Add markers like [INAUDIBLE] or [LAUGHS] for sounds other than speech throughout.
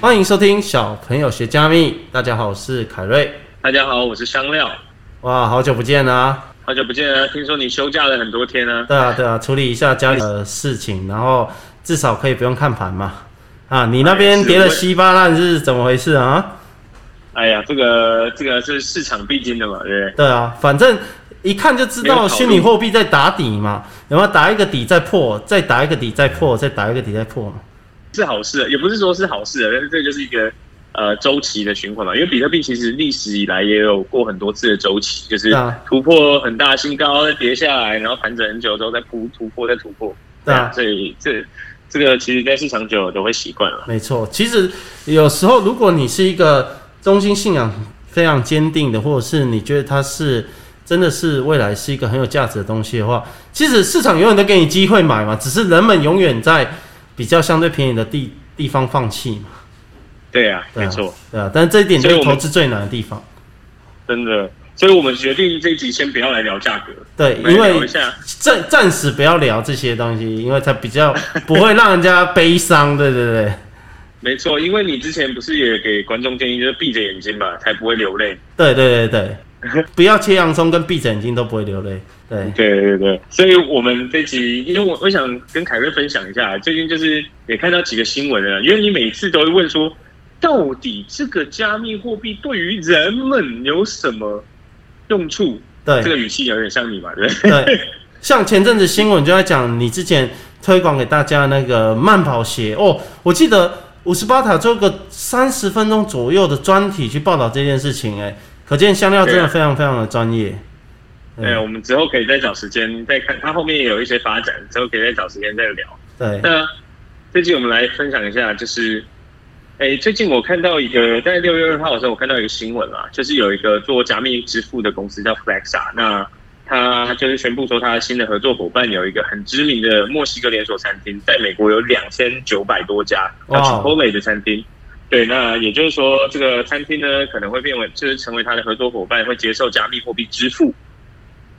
欢迎收听小朋友学加密，大家好，我是凯瑞。大家好，我是香料，哇，好久不见啦！好久不见啊！听说你休假了很多天啊？对啊，对啊，处理一下家里的事情，然后至少可以不用看盘嘛。啊，你那边跌了稀巴烂是怎么回事啊？哎呀，这个这个是市场必经的嘛，对不对？对啊，反正一看就知没有道考虑虚拟货币在打底嘛，有没有打一个底再破，再打一个底再破，再打一个底再破嘛？是好事，啊也不是说是好事，但是这就是一个呃周期的循环嘛。因为比特币其实历史以来也有过很多次的周期，就是啊突破很大新高，再跌下来，然后盘整很久之后再突突破，再突破。对啊所以这这个其实在市场久了都会习惯了。没错，其实有时候如果你是一个中心信仰非常坚定的，或者是你觉得它是真的是未来是一个很有价值的东西的话，其实市场永远都给你机会买嘛，只是人们永远在比较相对便宜的地地方放弃嘛。对啊，对啊没错，，对啊，但这一点就所是以我们投资最难的地方。真的。所以我们决定这一集先不要来聊价格，对，来因聊为一下。暂暂时不要聊这些东西，因为它比较不会让人家悲伤。对对对，没错，因为你之前不是也给观众建议，就是闭着眼睛嘛，才不会流泪。对对对对， [LAUGHS] 不要切洋葱跟闭着眼睛都不会流泪。对，对对对，所以我们这集，因为我我想跟凯瑞分享一下，最近就是也看到几个新闻了，因为你每次都会问说，到底这个加密货币对于人们有什么用处？对这个语气有点像你嘛，对不 [LAUGHS] 对？对，像前阵子新闻就在讲你之前推广给大家那个慢跑鞋哦，我记得五十八塔做个三十分钟左右的专题去报道这件事情、哎，可见香料真对的啊非常非常的专业。嗯对，啊我们之后可以再找时间再看，它后面也有一些发展，之后可以再找时间再聊。对那这期我们来分享一下，就是，哎、最近我看到一个，在六月二号的时候，我看到一个新闻啦，就是有一个做加密支付的公司叫 Flexa，那它就是宣布说，它新的合作伙伴有一个很知名的墨西哥连锁餐厅，在美国有两千九百多家叫哇哦 Chipotle 的餐厅。对，那也就是说，这个餐厅呢可能会变为就是成为它的合作伙伴，会接受加密货币支付。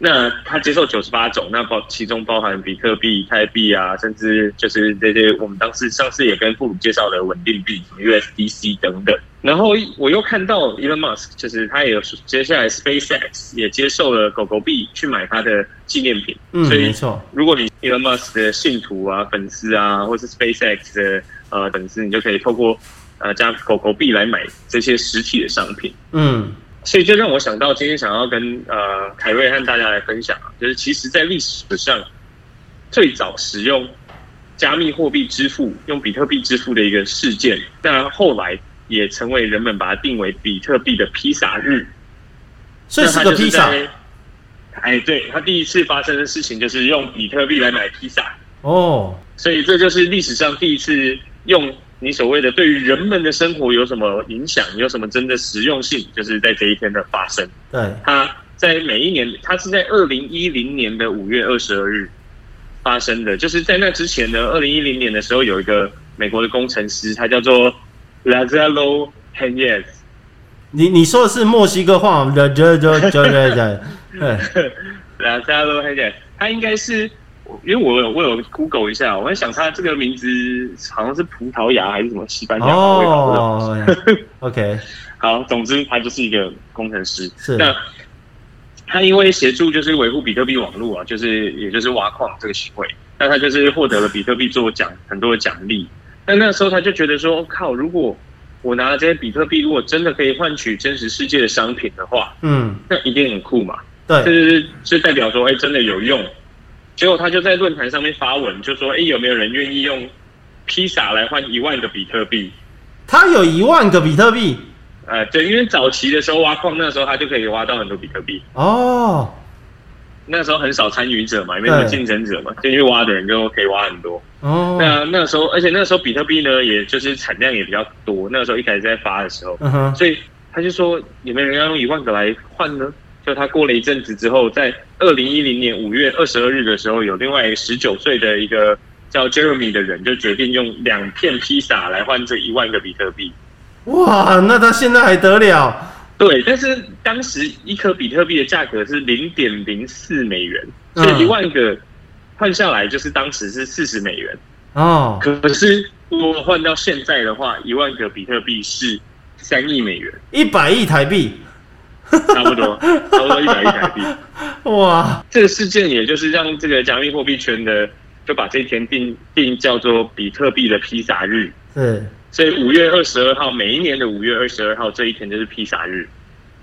那他接受九十八种，那包其中包含比特币、泰币啊，甚至就是这些我们当时上次也跟布鲁介绍的稳定币，什么 USDC 等等。然后我又看到 Elon Musk，就是他也有接下来 SpaceX 也接受了狗狗币去买它的纪念品，嗯，所以没错，如果你 Elon Musk 的信徒啊、粉丝啊，或是 SpaceX 的呃粉丝，你就可以透过呃加狗狗币来买这些实体的商品。嗯，所以就让我想到今天想要跟呃凯瑞和大家来分享啊，就是其实，在历史上最早使用加密货币支付、用比特币支付的一个事件，那后来也成为人们把它定为比特币的披萨日。所以那是它个就披萨在。哎，对，它第一次发生的事情就是用比特币来买披萨，哦，所以这就是历史上第一次用你所谓的对于人们的生活有什么影响，有什么真的实用性，就是在这一天的发生。对，它在每一年，它是在二零一零年的五月二十二日发生的。就是在那之前呢，二零一零年的时候，有一个美国的工程师，他叫做 Lazaro h a n y e z 你你说的是墨西哥话， [LAUGHS] 对对对对对对，对 [LAUGHS] Lazaro h a n y e z 他应该是。因为我有我有 Google 一下，我在想他这个名字好像是葡萄牙还是什么西班牙话，我也搞不懂。哦，OK，好，总之他就是一个工程师。是那他因为协助就是维护比特币网络啊，就是也就是挖矿这个行为，那他就是获得了比特币做奖很多的奖励。那那时候他就觉得说，哦靠，如果我拿这些比特币，如果真的可以换取真实世界的商品的话，嗯，那一定很酷嘛。这对，就是就代表说，哎、真的有用。结果他就在论坛上面发文，就说，哎、有没有人愿意用披萨来换一万个比特币？他有一万个比特币，呃，对，因为早期的时候挖矿，那时候他就可以挖到很多比特币。哦，那时候很少参与者嘛，也没什么竞争者嘛，进去挖的人就可以挖很多。哦，那那时候，而且那时候比特币呢，也就是产量也比较多。那时候一开始在发的时候，嗯哼，所以他就说，有没有人要用一万个来换呢？就他过了一阵子之后，在二零一零年五月二十二日的时候，有另外一个十九岁的一个叫 Jeremy 的人，就决定用两片披萨来换这一万个比特币。哇，那他现在还得了？对，但是当时一颗比特币的价格是零点零四美元，嗯所以一万个换下来就是当时是四十美元。哦，可是如果换到现在的话，一万个比特币是三亿美元，一百亿台币，差不多，差不多一百亿台币。哇，这个事件也就是让这个加密货币圈的就把这一天定定叫做比特币的披萨日。对，所以五月二十二号，每一年的五月二十二号这一天就是披萨日。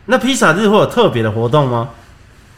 那披萨日会有特别的活动吗？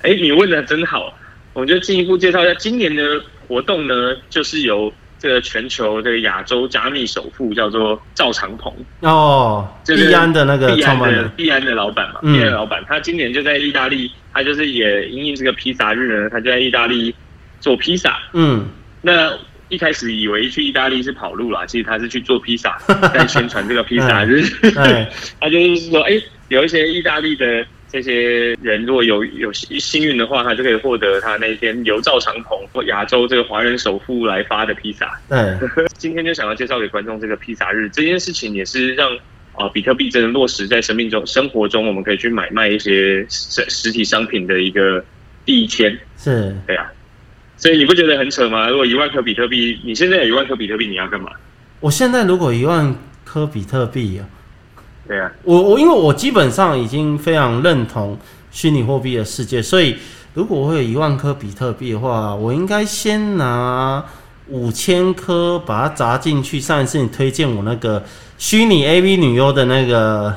哎，你问的真好，我们就进一步介绍一下今年的活动呢，就是由这个全球这个亚洲加密首富叫做赵长鹏，哦，就是币安的那个币创安办的人，币安的老板嘛，嗯币安的老板，他今年就在意大利，他就是也因应这个披萨日呢，他就在意大利做披萨。嗯，那一开始以为去意大利是跑路啦，其实他是去做 [LAUGHS] 披萨，在宣传这个披萨日。 [LAUGHS] 哎，他就是说，哎、有一些意大利的这些人，如果有有幸运的话，他就可以获得他那天由赵长鹏或亚洲这个华人首富来发的披萨。对，今天就想要介绍给观众这个披萨日这件事情，也是让啊、呃比特币真的落实在生命中、生活中，我们可以去买卖一些实实体商品的一个第一天。是，对啊，所以你不觉得很扯吗？如果一万颗比特币，你现在有一万颗比特币，你要干嘛？我现在如果一万颗比特币啊，对啊，我我因为我基本上已经非常认同虚拟货币的世界，所以如果我有一万颗比特币的话，我应该先拿五千颗把它砸进去。上一次你推荐我那个虚拟 AV 女优的那个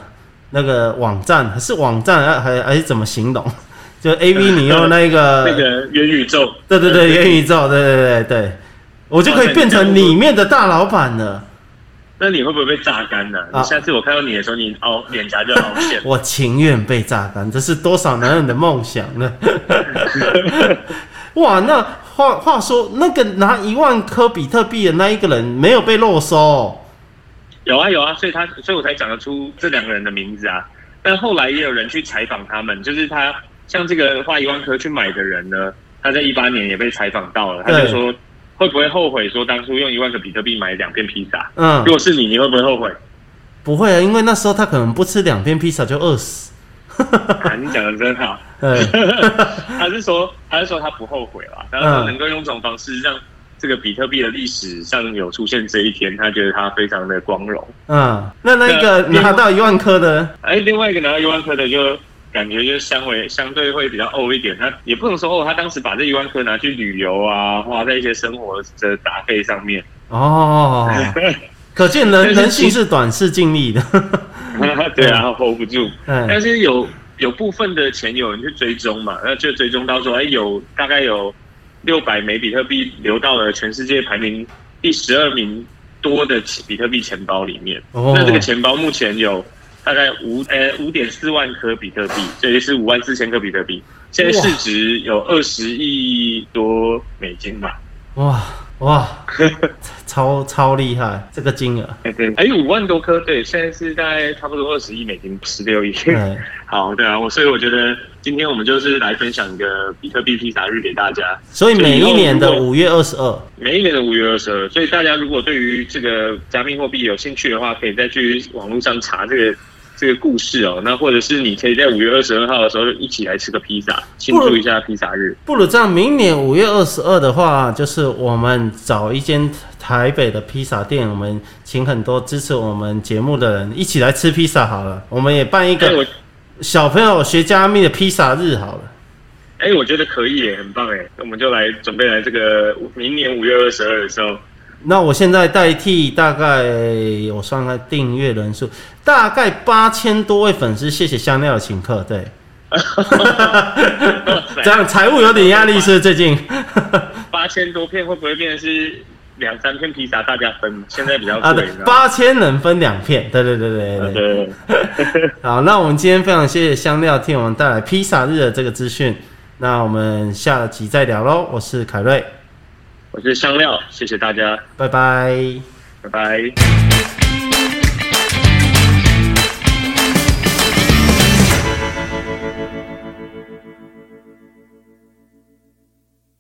那个网站，是网站啊还还是怎么形容？就 AV 女优那个 [LAUGHS] 那个元宇宙，对对对，元宇宙，对对对对，我就可以变成里面的大老板了。那你会不会被榨干呢、啊。你下次我看到你的时候，你凹脸颊就凹陷 [LAUGHS] 我情愿被榨干，这是多少男人的梦想 [LAUGHS] 呢？哇，那话话说，那个拿一万颗比特币的那一个人没有被漏收哦、有啊有啊，所以他所以我才讲得出这两个人的名字啊。但后来也有人去采访他们，就是他像这个花一万颗去买的人呢，他在一八年也被采访到了，他就对说会不会后悔说当初用一万个比特币买两片披萨？嗯如，果是你，你会不会后悔？不会啊，因为那时候他可能不吃两片披萨就饿死。 [LAUGHS] 啊，你讲的真好。对，他是说，他是说他不后悔啦，嗯然后能够用这种方式让这个比特币的历史上有出现这一天，他觉得他非常的光荣。嗯，那那个那拿到一万颗的，哎，另外一个拿到一万颗的就感觉就相为相对会比较欧一点，他也不能说哦，他当时把这一万颗拿去旅游啊，花在一些生活的杂费上面，哦，可见人人性是短视近利的。 [LAUGHS] 对啊，hold 不住。但嗯是有有部分的钱有人去追踪嘛，那就追踪到说，哎，有大概有六百枚比特币流到了全世界排名第十二名多的比特币钱包里面。哦那这个钱包目前有大概五呃五点四万颗比特币，这也是五万四千颗比特币，现在市值有二十亿多美金吧。哇哇，超超厉害，这个金额。哎对，哎，五万多颗，对，现在是大概差不多二十亿美金，十六亿。对， [LAUGHS] 好，对啊，我所以我觉得今天我们就是来分享一个比特币披萨日给大家，所以每一年的所以以后如果五月二十二，每一年的五月二十二，所以大家如果对于这个加密货币有兴趣的话，可以再去网络上查这个这个故事哦，那或者是你可以在五月二十二号的时候一起来吃个披萨，庆祝一下披 [LAUGHS] 萨日。不如这样，明年五月二十二的话，就是我们找一间台北的披萨店，我们请很多支持我们节目的人一起来吃披萨好了。我们也办一哎，我个小朋友学加密的披萨日好了。哎，我觉得可以耶，很棒哎，我们就来准备来这个明年五月二十二的时候，那我现在代替大概我算看订阅人数，大概八千多位粉丝，谢谢香料的请客。 [LAUGHS] 对， [LAUGHS] 这样财务有点压力是不是最近。八千多片会不会变成是两三片披萨大家分，现在比较啊，贵对，，你知道吗八千人分两片，对对对对对。对，好，那我们今天非常谢谢香料替我们带来披萨日的这个资讯，那我们下集再聊喽。我是凯瑞，我是香料，谢谢大家，拜拜。拜拜。 Thank